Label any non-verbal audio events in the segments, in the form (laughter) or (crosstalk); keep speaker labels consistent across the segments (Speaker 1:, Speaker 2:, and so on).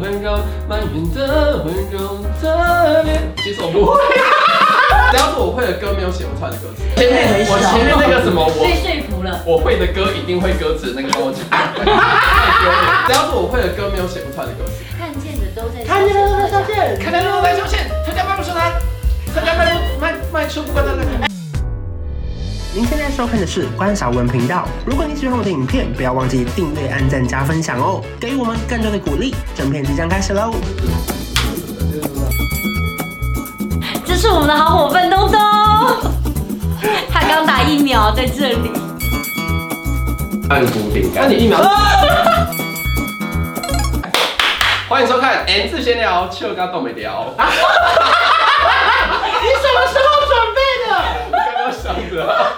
Speaker 1: 温柔，蔓延的温柔的脸。其实我不会， (laughs) 只要是我会的歌，没有写不出来的歌词。前面
Speaker 2: 太危险
Speaker 1: 我
Speaker 2: 了
Speaker 1: 前面那个什么我
Speaker 3: 被说服了。
Speaker 1: 我会的歌一定会歌词，那个跟我讲。太丢脸 (laughs) 只要是我会的歌，没有写不出来的歌词。
Speaker 3: 看见的都在
Speaker 2: 看见了
Speaker 3: 都
Speaker 2: 都发现，
Speaker 1: 看到那个卖修线，参加卖不出来，参加卖不卖卖出不关的那个。
Speaker 4: 您现在收看的是关少文频道。如果你喜欢我的影片，不要忘记订阅、按赞、加分享哦，给予我们更多的鼓励。正片即将开始喽！
Speaker 3: 这是我们的好伙伴东东，他刚打疫苗在这里。
Speaker 1: 按谷饼干，那你一秒。 (laughs) 欢迎收看 N 字闲聊，秋刚都没 (laughs) 聊。你什么时候准备的？刚刚想 (laughs) 的。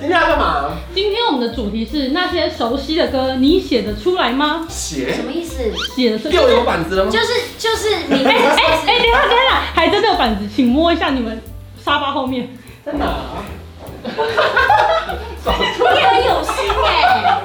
Speaker 2: 今天要干嘛？
Speaker 5: 今天我们的主题是那些熟悉的歌，你写得出来吗？
Speaker 1: 写
Speaker 3: 什么意思？
Speaker 5: 写的是
Speaker 1: 又有板子了吗？
Speaker 3: 就是就是你
Speaker 5: 哎
Speaker 3: 哎
Speaker 5: 哎
Speaker 3: 哎
Speaker 5: 哎，等一下等一下，还真的有板子，请摸一下你们沙发后面。
Speaker 2: 在
Speaker 1: 啊
Speaker 2: 哪？
Speaker 1: (laughs)
Speaker 3: 你很有心哎。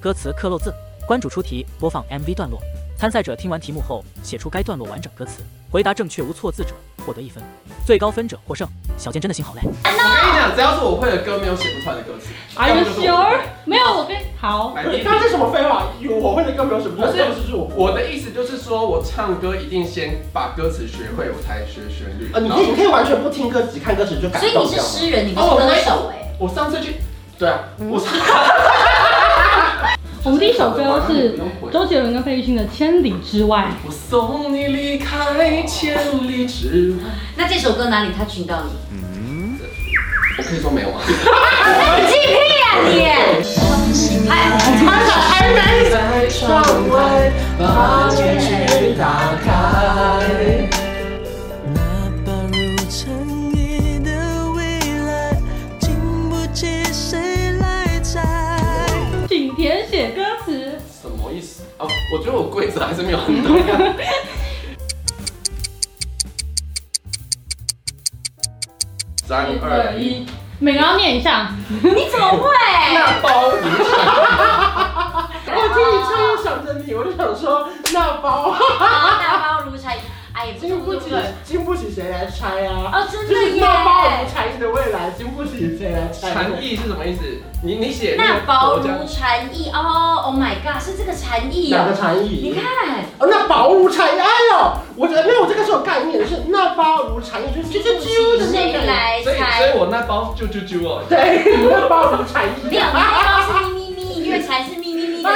Speaker 6: 歌词刻漏字，关主出题，播放 MV 段落。参赛者听完题目后，写出该段落完整歌词，回答正确无错字者获得一分，最高分者获胜。小健真的心好累。
Speaker 1: 我跟你讲，只要是我会的歌，没有写不出来的歌词。
Speaker 5: Are you sure？没有，我跟好。
Speaker 1: 来
Speaker 2: 你刚刚这什么废话？有我会的歌没有什么，
Speaker 1: 不是
Speaker 2: 就是我。
Speaker 1: 我的意思就是说，我唱歌一定先把歌词学会，我才学旋律。
Speaker 2: 呃，你可以你可以完全不听歌，只看歌词就感
Speaker 3: 所
Speaker 2: 动
Speaker 3: 以你
Speaker 2: 这
Speaker 3: 是
Speaker 2: 样
Speaker 3: 诗人，你不是歌手哎。
Speaker 1: 我上次去，对啊，我上
Speaker 5: 我们第一首歌是周杰伦跟费玉清的《千里之外
Speaker 1: 我送你离开千里之外。
Speaker 3: 那这首歌哪里他群到你？
Speaker 1: 我可以说没有吗？
Speaker 3: 你记屁呀你！哎，妈的，安然。
Speaker 1: 在窗外把结局打开。
Speaker 7: 哪怕如尘埃的未来，经不起谁来猜。》，
Speaker 5: 请填写歌词。
Speaker 1: 什么意思啊？我觉得我规则还是没有很懂。 (laughs) 三二一，，
Speaker 5: 每个人要念一下。
Speaker 3: 你怎么会？
Speaker 1: 那包你
Speaker 2: 我听你唱又想着你，我就想说那包
Speaker 3: 大包如柴，哎也不是
Speaker 2: 经不
Speaker 3: 不
Speaker 2: 起经不起谁来拆啊。
Speaker 3: 哦，真
Speaker 2: 就
Speaker 3: 的
Speaker 2: 是
Speaker 3: 耶。
Speaker 2: 那包如柴米的未来，经不起谁来拆。
Speaker 1: 禅意是啊什么意思？你你写
Speaker 3: 那
Speaker 1: 个
Speaker 3: 薄
Speaker 1: 国家
Speaker 3: 如蝉翼哦，Oh my god，是这个蝉翼
Speaker 2: 哪个
Speaker 3: 哦。
Speaker 2: 禅意？
Speaker 3: 你看，
Speaker 2: 哦，那薄如蝉翼，哎呦，我觉得没有，我这个是有概念，是那薄如蝉翼，就是就是啾的那
Speaker 3: 谁
Speaker 2: 个，
Speaker 3: 来
Speaker 1: 所以所
Speaker 3: 猜？
Speaker 1: 以我那包就啾啾哦，
Speaker 2: 对，那薄如蝉翼。
Speaker 3: 没有，你
Speaker 2: (laughs)
Speaker 3: 那包是咪咪咪，月蝉是咪咪咪的叫。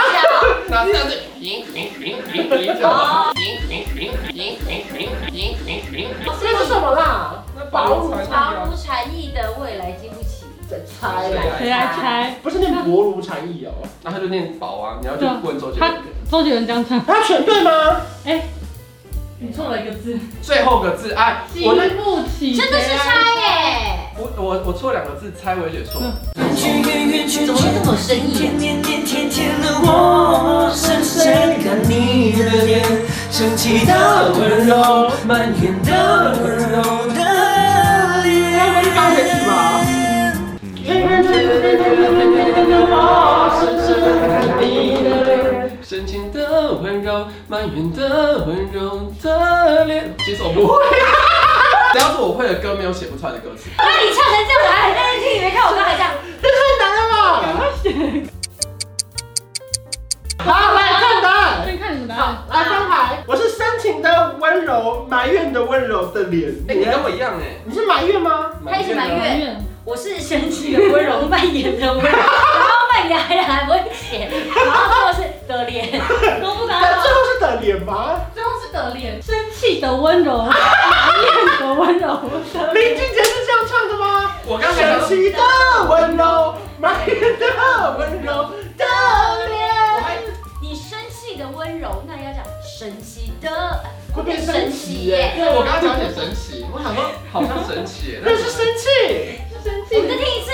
Speaker 1: 那这样子，平平平平平这样
Speaker 3: 哦，
Speaker 2: 这是什么啦？
Speaker 1: 那包
Speaker 2: 薄如
Speaker 1: 如蝉翼
Speaker 3: 薄
Speaker 1: 啊
Speaker 3: 如蝉翼的未来经不起。
Speaker 2: 在猜啦，
Speaker 5: 谁来猜？
Speaker 2: 不是念薄如蝉翼哦。
Speaker 1: 那他就念宝啊，你要去问周杰
Speaker 5: 他
Speaker 1: 伦。
Speaker 5: 周杰伦这样唱。
Speaker 2: 他全对吗？
Speaker 5: 哎，你错了一个字，
Speaker 1: 最后个字，哎，
Speaker 5: 经
Speaker 1: 我那
Speaker 5: 不起。
Speaker 3: 真的是猜耶！
Speaker 1: 我我我错两个字，猜我也写错。
Speaker 3: 怎么会这么有深意啊？
Speaker 7: 年年天天的我，深深看你的脸，升起的温柔，蔓延的温柔的
Speaker 2: 那不是钢铁曲吗？
Speaker 7: 脸。
Speaker 1: 深情的温柔，蔓延的温柔的脸。其实我不会，只要是我会的歌，没有写不出来的歌词。
Speaker 3: 那你唱成这样，我还很认真听，你没看我刚才这样。
Speaker 5: (laughs)
Speaker 2: 好，来看答案。
Speaker 5: 先看你们答案
Speaker 2: 好，。来翻牌。我是深情的温柔，埋怨的温柔的脸。
Speaker 1: 哎，你跟我一样哎，
Speaker 2: 你是埋怨吗？
Speaker 3: 他一直埋
Speaker 1: 啊
Speaker 3: 怨我是神奇的温柔，蔓延的温柔，然后蔓延还还不会写，然后最后是的脸，
Speaker 5: 都不敢
Speaker 2: 但
Speaker 5: 好
Speaker 2: 最。后是的脸吗？
Speaker 5: 最后是的脸，生气的温柔，埋怨的温柔，
Speaker 2: 林俊杰是这样唱的吗？
Speaker 1: 我刚才
Speaker 2: 神奇的温柔，埋怨的温柔的脸。
Speaker 3: 你生气的温柔，那要讲神奇的，
Speaker 2: 会变神奇耶
Speaker 1: 对我刚刚想写神奇，我想说好像神奇耶，
Speaker 2: (laughs) 那是生气。
Speaker 5: 是生
Speaker 3: 我们再听
Speaker 5: 气。
Speaker 3: 一次，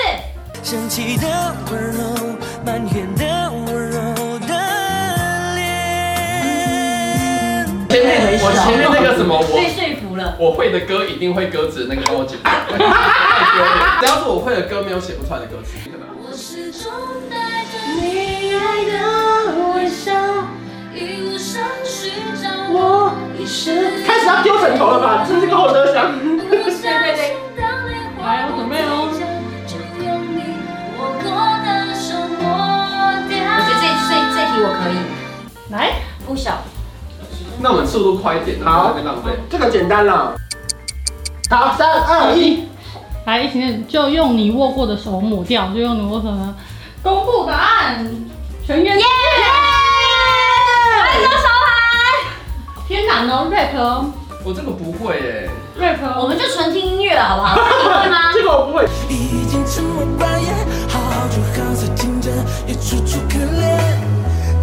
Speaker 7: 升起的温柔，蔓延的温柔的脸。
Speaker 1: 前面我前面那个什么我
Speaker 3: 被。说服了。
Speaker 1: 我会的歌一定会歌词，那个跟我讲。太丢脸只要是我会的歌，没有写不出来的歌词。
Speaker 3: 我始终带着你爱的微笑，一路上寻找
Speaker 2: 要丢枕头了吧？这是个后车厢。
Speaker 5: 对对来哦准备哦
Speaker 3: 我觉得这这这题我可以，
Speaker 5: 来，
Speaker 3: 不小，
Speaker 1: 那我们速度快一点，
Speaker 2: 好
Speaker 1: 好，别浪费。
Speaker 2: 这个简单了。好，三二一，
Speaker 5: 来一起念，就用你握过的手抹掉，就用你握手呢。公布答案，全员耶！
Speaker 3: 我要手牌，
Speaker 5: 天哪哦，rap 哦
Speaker 1: 我这个不会耶，
Speaker 5: ，rap 哦，
Speaker 3: 我们就纯听音乐好不 (laughs) 好？可以吗？
Speaker 2: 这个我不会。
Speaker 7: 已经成为扮演，好好就好在听着，也楚楚可怜。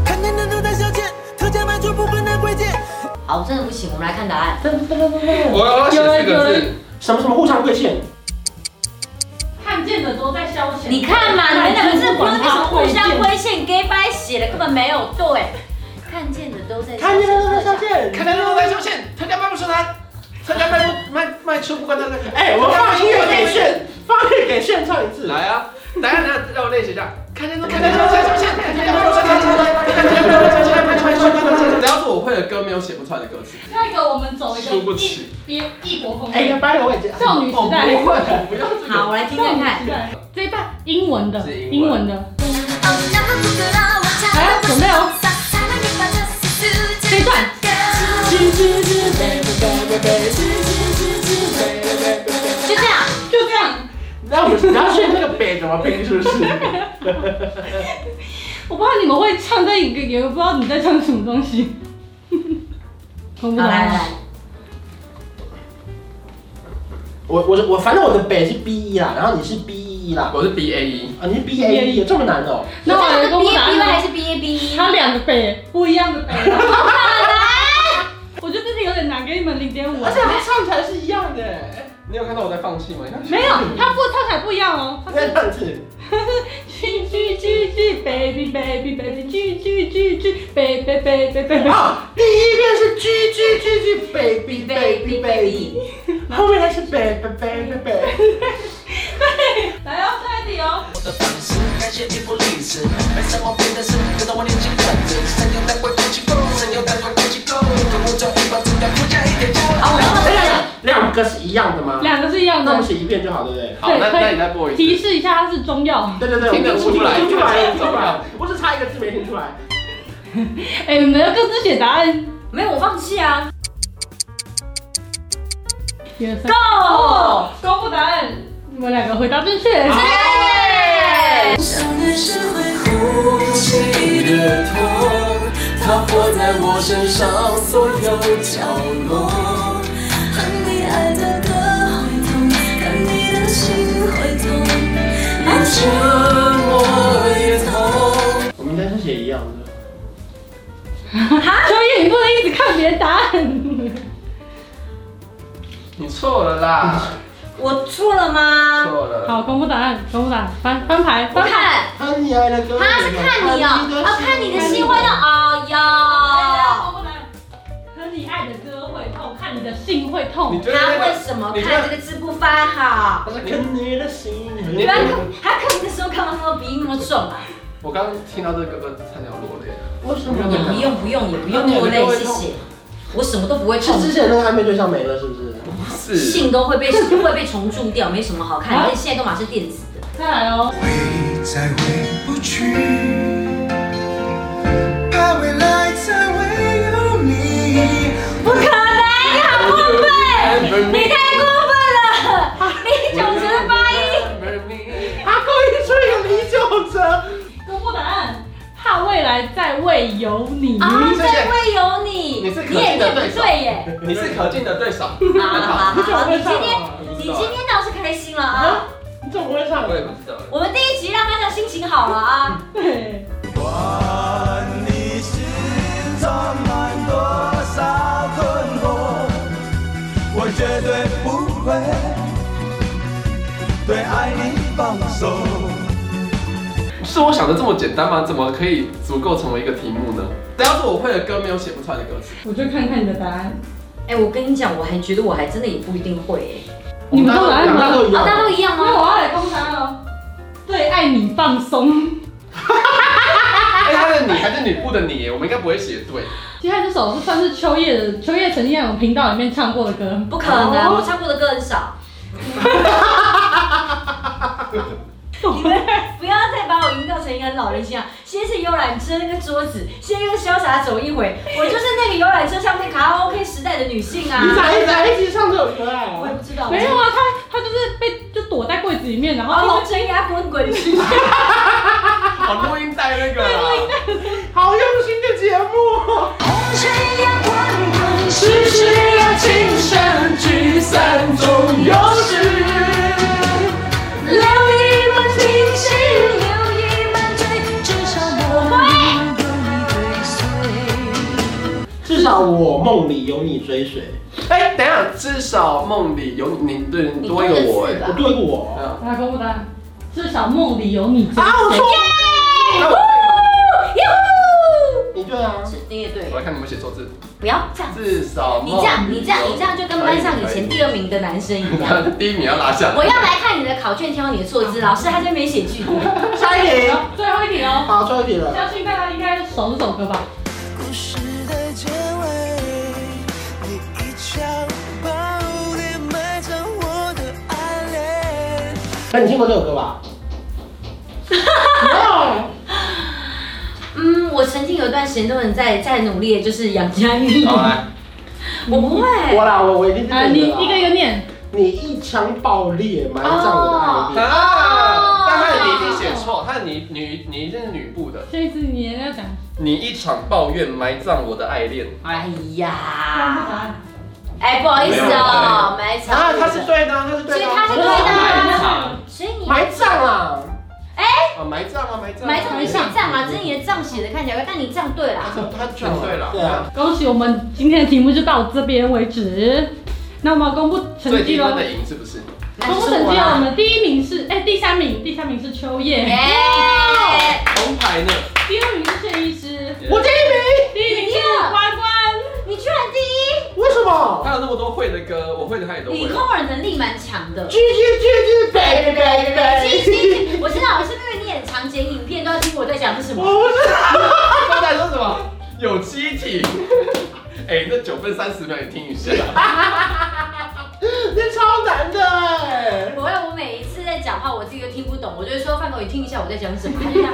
Speaker 7: 看见的都在消遣，特价卖出不会难贵贱。
Speaker 3: 好，我真的不行，我们来看答案。
Speaker 1: 我我要写四个字，
Speaker 2: 什么什么互相跪欠？
Speaker 5: 看见的都在消遣。
Speaker 3: 你看嘛，你们两个是不是为什么互相亏欠？gay bye 写的根本没有对，看见的都在
Speaker 2: 看见了都在消遣。
Speaker 1: 看来都在消遣，参加卖不出来，参加卖不卖卖出不关他的。哎
Speaker 2: 哎，我们放音乐给炫，放音乐给炫唱一次。
Speaker 1: 来啊，等一下等一下，让我练习一下。看见都看见都在消遣，看见都在消遣，看见都在消遣，卖出卖出卖出。只要是我会的歌，没有写不出来的歌词。
Speaker 5: 那个我们走一
Speaker 1: 输不
Speaker 5: 个
Speaker 1: 起
Speaker 5: 异别异国风，
Speaker 2: 哎呀，拜了我也这样。
Speaker 5: 少女
Speaker 1: 我
Speaker 5: 时
Speaker 1: 不会，
Speaker 5: 代，
Speaker 1: 我不要这
Speaker 3: 好，
Speaker 1: 个。
Speaker 3: 我来听听看。
Speaker 5: 这一半英文的，
Speaker 1: 是英
Speaker 5: 英
Speaker 1: 文
Speaker 5: 文的。
Speaker 3: 哎
Speaker 5: 来，准备哦。这一段，
Speaker 3: 就这样，
Speaker 5: 就这样。
Speaker 2: 那我们你要炫那个北怎么拼是不是？
Speaker 5: (laughs) 我不知道你们会唱这一个，也不知道你在唱什么东西。 (laughs) 公布
Speaker 3: 好
Speaker 5: 答
Speaker 3: 来来
Speaker 5: 案
Speaker 3: 来，
Speaker 2: 我我是我反正我的北是 B E 一啦，然后你是 B 一啦。
Speaker 1: 我是 B A E，
Speaker 2: 啊，你是 B A 有这么难哦？
Speaker 5: 那我来
Speaker 3: 这个
Speaker 5: 公布
Speaker 3: 是
Speaker 5: 答
Speaker 3: B A B 还
Speaker 5: 案。
Speaker 3: 是 B A B？
Speaker 5: 它两个北，不一样的北。我觉得这题有点难，给你们零点五。
Speaker 2: 而且他唱起来是一样的。欸 (laughs)
Speaker 1: 你有看到我在放弃吗？
Speaker 5: 没有，它不，它才不一
Speaker 3: (laughs)
Speaker 5: 样哦。它
Speaker 2: 那
Speaker 5: 是
Speaker 2: 样子，
Speaker 5: 去去去去，baby baby baby，去去去去，baby baby baby。
Speaker 2: 啊，第一遍是 G G G G baby baby baby，后 (laughs) 面才是 baby baby baby。
Speaker 3: (laughs)
Speaker 5: 来哦，下一题哦。
Speaker 7: 我的粉丝感谢你不吝啬，没什么别的事，可当我年轻看着，三牛蛋怪关机够，三牛蛋怪关机够，跟我转一把子弹，不加一点加。
Speaker 3: 好，我要
Speaker 2: 等
Speaker 3: 问
Speaker 2: 一
Speaker 3: 这
Speaker 2: 下
Speaker 3: 个。
Speaker 2: 哎两个是一样的吗？
Speaker 5: 两个是一样
Speaker 2: 那我
Speaker 5: 的
Speaker 2: 们。写一遍就好，对不对？
Speaker 1: 好，那那你再播一次。
Speaker 5: 提示一下，它是中药。
Speaker 2: 对对对，
Speaker 1: 听得出来
Speaker 2: 听出来，
Speaker 1: 听
Speaker 2: 听
Speaker 1: 得
Speaker 2: 出
Speaker 1: 出来
Speaker 2: 来。我只差一个字没听出来。
Speaker 5: 哎，你们要各自写答案。
Speaker 3: 没有，我放弃啊。
Speaker 5: 一二三
Speaker 3: Go！
Speaker 5: 哦，公布答案。你们两个回答正确。哎
Speaker 3: 耶！
Speaker 7: 想念是会呼吸的痛，它活在我身上所有角落。
Speaker 8: 和你爱的歌会痛，看你的心会痛，
Speaker 7: 有折磨也痛。
Speaker 2: 我们应该是写一样的。
Speaker 5: 秋叶，你不能一直看别人答案。
Speaker 1: 你错了啦，
Speaker 3: 我错了吗？
Speaker 1: 错了。
Speaker 5: (laughs) 好，公布答案，公布答案，翻翻牌，
Speaker 3: 我
Speaker 5: 翻牌。
Speaker 3: 看，
Speaker 2: 看你爱的歌，
Speaker 3: 他啊是看你哦，啊，看你的心会让，哎
Speaker 5: 哦
Speaker 3: 呀，
Speaker 5: 公布答案。和你爱的歌会痛，看你的心会
Speaker 1: 你
Speaker 5: 痛。
Speaker 1: 觉得那
Speaker 3: 他为
Speaker 1: 个？
Speaker 3: 什么看这个字不发好？
Speaker 2: 看你的心
Speaker 1: 你
Speaker 2: 会
Speaker 3: 不要看
Speaker 2: 痛。，
Speaker 3: 他看的时候干嘛那么鼻音那么重啊？
Speaker 1: 我刚刚听到这个歌，差点要落泪了。
Speaker 2: 为什
Speaker 3: 也不
Speaker 2: 么？
Speaker 3: 用不用也不用落泪，谢谢。我什么都不会
Speaker 2: 是
Speaker 3: 痛，
Speaker 2: 之前那个暧昧对象没了，是不是？
Speaker 1: 是
Speaker 3: 信都会被 (laughs) 会被重铸掉，没什么好看。
Speaker 5: 啊
Speaker 3: 因为现在都马是电子的，
Speaker 5: 再来哦。
Speaker 8: 回再回不去，怕未来才会有你。
Speaker 3: 不可能，你好过分，哎你太过分了，你九十八一，
Speaker 2: 他故意说一个李玖哲，
Speaker 5: 公布答案，怕未来再未有你。
Speaker 3: 啊，再会有你，
Speaker 1: 你是可
Speaker 3: 你也
Speaker 1: 敬
Speaker 3: 念
Speaker 1: 的
Speaker 3: 不
Speaker 1: 对手
Speaker 3: 对耶。
Speaker 1: 你是可敬的对手。
Speaker 3: (laughs) 好好好，
Speaker 2: 你怎么
Speaker 3: 好你
Speaker 2: 会
Speaker 3: 今
Speaker 2: 唱
Speaker 3: 天
Speaker 2: 啊？
Speaker 3: 你今天倒是开心了啊，
Speaker 2: 你怎么会唱？
Speaker 1: 我也不知道。
Speaker 3: 我们第一集让大家心情好了啊。
Speaker 5: 对，
Speaker 8: 管你心装满多少困惑，我绝对不会对爱你放手。
Speaker 1: 是我想的这么简单吗？怎么可以足够成为一个题目呢？只要是我会的歌，没有写不出来的歌词。
Speaker 5: 我就看看你的答案。
Speaker 3: 哎，我跟你讲，我还觉得我还真的也不一定会哎。
Speaker 5: 你们都答案
Speaker 2: 两大
Speaker 5: 吗？
Speaker 2: 都一
Speaker 3: 哦，大家
Speaker 2: 样。
Speaker 3: 都一样
Speaker 5: 那我
Speaker 3: 吗？
Speaker 5: 要来公布答案哦。对，爱你放松。
Speaker 1: 哎，他的的你还是女部的你耶，我们应该不会写
Speaker 5: (laughs)
Speaker 1: 对。
Speaker 5: 接下来这首是算是秋叶的，秋叶曾经在我们频道里面唱过的歌。
Speaker 3: 不可能，啊我唱过的歌很 (laughs) 少。你们不要再把我营造成一个老人形象。先是游览车那个桌子，先又潇洒走一回，我就是那个游览车上面卡拉 OK 时代的女性啊！
Speaker 2: 你咋一咋一直唱这首歌啊
Speaker 3: 我？也不知道，
Speaker 5: 没有啊，他他就是被就躲在柜子里面，然
Speaker 3: 我
Speaker 5: 后
Speaker 2: 哦
Speaker 3: 红尘呀滚滚去。 (laughs)
Speaker 1: 哦，录音带那个啦。
Speaker 2: 好用心的节目哦，
Speaker 1: 世事要情深，聚散总有时。
Speaker 3: 留一门清醒，留一门醉，至少我会。
Speaker 2: 至少我梦里有你追随，
Speaker 1: 哎、等一下，至少梦里有你，对，你多一个我哎。
Speaker 2: 我对过我。
Speaker 1: 嗯
Speaker 5: 来公布答案，至少梦里有你。
Speaker 2: 啊，我错，
Speaker 1: 那我
Speaker 2: 你对啊，
Speaker 3: 是你也对
Speaker 1: 我，来看你们写错字，
Speaker 3: 不要这样，
Speaker 1: 至少梦
Speaker 3: 你
Speaker 1: 里
Speaker 3: 这样，你这样，你这样就跟班上以前
Speaker 1: 第
Speaker 3: 第二名的男生一样。
Speaker 1: 第一名要拿下。
Speaker 3: 我要来看你的考卷，挑你的错字，老师他就没写句子。
Speaker 2: 下一题，
Speaker 5: 最后一题哦，
Speaker 2: 好，最后一题了。
Speaker 5: 相信大家应该熟这首歌吧？
Speaker 7: 故事的结尾，你一枪爆裂，埋葬我的暗恋。
Speaker 2: 那你听过这首歌吧？ (laughs) 没有，
Speaker 3: (laughs) 嗯，我曾经有一段时间都很在在努力，就是养家育
Speaker 2: (laughs)
Speaker 3: 女。
Speaker 1: 好来，
Speaker 3: 我不会，
Speaker 2: 啊我啦，我我一定是对的啦
Speaker 5: 啊，你一个一个念，
Speaker 2: 你一枪爆裂，埋葬我的爱
Speaker 3: 哦
Speaker 2: 恋。
Speaker 1: 啊！但他的你一定写错，他的你女你一定是女部的。
Speaker 5: 这一次你也要讲。
Speaker 1: 你一场抱怨埋葬我的爱恋。
Speaker 3: 哎
Speaker 5: 啊
Speaker 3: 呀， (laughs) 哎，不好意思哦，埋藏。
Speaker 2: 啊，他是，对的，他是
Speaker 3: 所
Speaker 2: 对
Speaker 3: 以
Speaker 2: 的。
Speaker 3: 他是对
Speaker 1: 埋
Speaker 3: 的。啊
Speaker 1: 葬
Speaker 3: 所以你
Speaker 2: 埋葬啊，
Speaker 1: 啊，埋葬啊，埋葬。
Speaker 3: 埋葬你写账啊，只是你的账写的看起来，但你账对了。
Speaker 1: 他全对了。
Speaker 2: 对啊，
Speaker 5: 恭喜我们今天的题目就到这边为止。那么公布
Speaker 1: 最
Speaker 5: 成绩
Speaker 1: 低分
Speaker 5: 喽
Speaker 1: 的。
Speaker 3: 哦
Speaker 1: 赢是不是？
Speaker 3: 那
Speaker 5: 公布
Speaker 3: 是
Speaker 5: 成
Speaker 3: 我
Speaker 5: 绩哦，我
Speaker 3: 啦。
Speaker 5: 们第一名是哎、第三名，第三名是秋叶，
Speaker 3: (laughs) 耶！
Speaker 1: 红牌呢？
Speaker 5: 第二名是谢医师，
Speaker 2: 我第一名，
Speaker 5: 第一名是关关。
Speaker 3: 你居然第
Speaker 2: 为什么 (laughs)
Speaker 1: 他有那么多会的歌，我会的他也都
Speaker 3: 一，你
Speaker 1: 会。
Speaker 3: 空耳能力蛮强 (laughs) 的
Speaker 2: ？G。G G G baby baby
Speaker 3: 其实
Speaker 2: baby。
Speaker 3: 我知道，是因为你演长剪影片都要听我在讲是什么。
Speaker 2: 我不
Speaker 1: 刚
Speaker 2: 是，
Speaker 1: 才说什么？有机体。 (laughs) 哎，那九分三十秒，你听一下。
Speaker 2: 这超难的哎。 (laughs)
Speaker 3: 我我每一次在讲话，我自己都听不懂，我就会说范狗，你听一下我在讲什么。他就这样，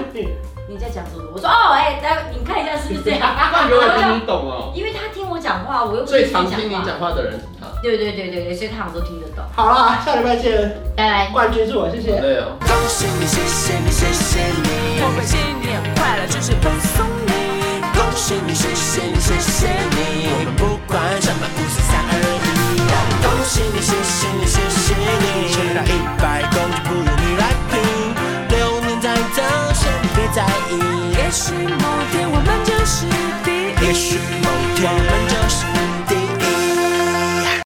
Speaker 3: 你在讲什么？我说哦，哎、待会你看一下是不是这样？
Speaker 1: 那永远听不懂 (laughs) 哦。
Speaker 3: (laughs) 因为他听我讲话，我又不是
Speaker 1: 最常听你。讲话的人是他。
Speaker 3: 对对对对对，所以他好像都听得懂。
Speaker 2: 好啦，下礼拜见，
Speaker 3: 拜拜。
Speaker 2: 冠军是我，谢谢。
Speaker 1: 对哦。
Speaker 7: 恭喜你，谢谢你，谢谢你，我们新年快乐，这是恭送你。恭喜你，谢谢你，谢谢你，我们不管什么，五四三二一。恭喜你，谢谢你，谢谢你，吃到一百公斤不用你来拼，流年再走，先别在意。也许某天我们就是第一，也许某天。